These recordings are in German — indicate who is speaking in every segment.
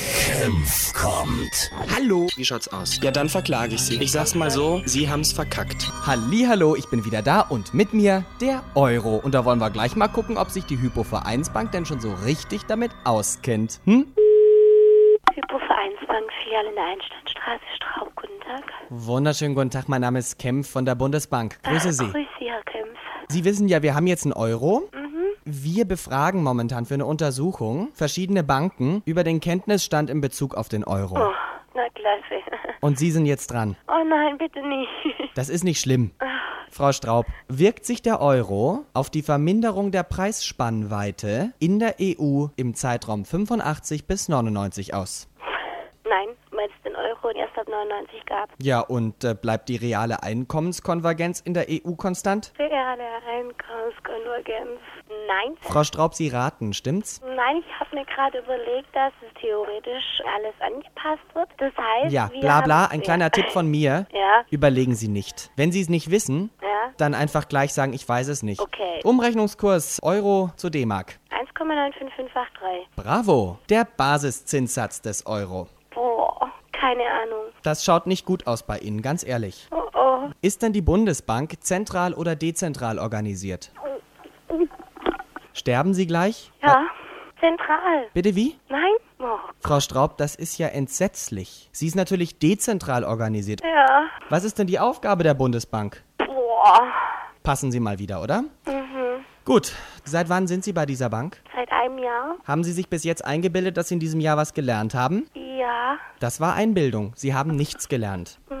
Speaker 1: Senf kommt.
Speaker 2: Hallo. Wie schaut's aus? Ja, dann verklage ich Sie. Ich sag's mal so, Sie haben's verkackt.
Speaker 3: Hallo, ich bin wieder da und mit mir der Euro. Und da wollen wir gleich mal gucken, ob sich die Hypo-Vereinsbank denn schon so richtig damit auskennt. Hm?
Speaker 4: Hypovereinsbank Filiale in der Einsteinstraße, Straub. Guten Tag.
Speaker 3: Wunderschönen guten Tag, mein Name ist Kempf von der Bundesbank. Grüße
Speaker 4: Ah,
Speaker 3: Sie.
Speaker 4: Grüß Sie, Herr Kempf.
Speaker 3: Sie wissen ja, wir haben jetzt einen Euro. Wir befragen momentan für eine Untersuchung verschiedene Banken über den Kenntnisstand in Bezug auf den Euro.
Speaker 4: Oh, na klasse.
Speaker 3: Und Sie sind jetzt dran.
Speaker 4: Oh nein, bitte nicht.
Speaker 3: Das ist nicht schlimm. Frau Straub, wirkt sich der Euro auf die Verminderung der Preisspannweite in der EU im Zeitraum 85 bis 99 aus?
Speaker 4: Nein, weil es den Euro erst ab 99 gab.
Speaker 3: Ja, und äh, bleibt die reale Einkommenskonvergenz in der EU konstant?
Speaker 4: Reale Einkommenskonvergenz. Nein.
Speaker 3: Frau Straub, Sie raten, stimmt's?
Speaker 4: Nein, ich habe mir gerade überlegt, dass es theoretisch alles angepasst wird. Das heißt,
Speaker 3: Ja,
Speaker 4: wir
Speaker 3: bla bla,
Speaker 4: haben-
Speaker 3: ein
Speaker 4: ja.
Speaker 3: kleiner Tipp von mir.
Speaker 4: Ja.
Speaker 3: Überlegen Sie nicht. Wenn Sie es nicht wissen,
Speaker 4: Ja.
Speaker 3: dann einfach gleich sagen, ich weiß es nicht.
Speaker 4: Okay.
Speaker 3: Umrechnungskurs Euro zu D-Mark.
Speaker 4: 1,95583.
Speaker 3: Bravo, der Basiszinssatz des Euro.
Speaker 4: Boah, keine Ahnung.
Speaker 3: Das schaut nicht gut aus bei Ihnen, ganz ehrlich.
Speaker 4: Oh oh.
Speaker 3: Ist denn die Bundesbank zentral oder dezentral organisiert? Sterben Sie gleich?
Speaker 4: Ja, zentral.
Speaker 3: Bitte wie?
Speaker 4: Nein? Oh,
Speaker 3: Frau Straub, das ist ja entsetzlich. Sie ist natürlich dezentral organisiert.
Speaker 4: ja.
Speaker 3: Was ist denn die Aufgabe der Bundesbank?
Speaker 4: Boah.
Speaker 3: Passen Sie mal wieder, oder?
Speaker 4: Mhm.
Speaker 3: Gut, seit wann sind Sie bei dieser Bank?
Speaker 4: Seit einem Jahr?
Speaker 3: Haben Sie sich bis jetzt eingebildet, dass Sie in diesem Jahr was gelernt haben?
Speaker 4: Ja.
Speaker 3: Das war Einbildung. Sie haben nichts gelernt.
Speaker 4: Mhm.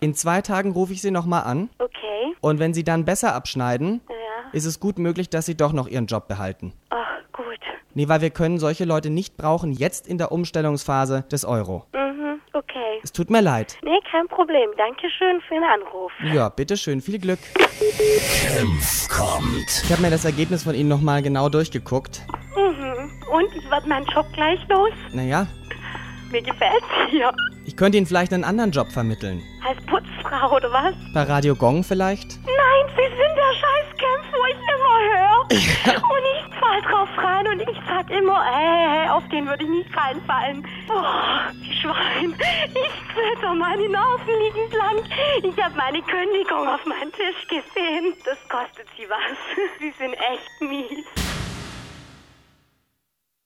Speaker 3: In zwei Tagen rufe ich Sie nochmal an.
Speaker 4: Okay.
Speaker 3: Und wenn Sie dann besser abschneiden,
Speaker 4: Ja.
Speaker 3: ist es gut möglich, dass Sie doch noch Ihren Job behalten.
Speaker 4: Ach, gut.
Speaker 3: Nee, weil wir können solche Leute nicht brauchen jetzt in der Umstellungsphase des Euro.
Speaker 4: Mhm. Okay.
Speaker 3: Es tut mir leid.
Speaker 4: Nee, kein Problem. Dankeschön für den Anruf.
Speaker 3: Ja, bitteschön, viel Glück.
Speaker 1: Senf kommt.
Speaker 3: Ich habe mir das Ergebnis von Ihnen nochmal genau durchgeguckt.
Speaker 4: Und ich werde meinen Job gleich los.
Speaker 3: Naja,
Speaker 4: Mir gefällt's hier.
Speaker 3: ich könnte Ihnen vielleicht einen anderen Job vermitteln.
Speaker 4: Als Putzfrau oder was?
Speaker 3: Bei Radio Gong vielleicht?
Speaker 4: Nein, Sie sind der Scheißkämpf, wo ich immer höre. und ich fall drauf rein und ich sag immer, äh, auf den würde ich nicht reinfallen. Oh, die Schwein. Ich zitter, meine Nerven liegen blank. Ich habe meine Kündigung auf meinen Tisch gesehen. Das kostet Sie was. Sie sind echt mies.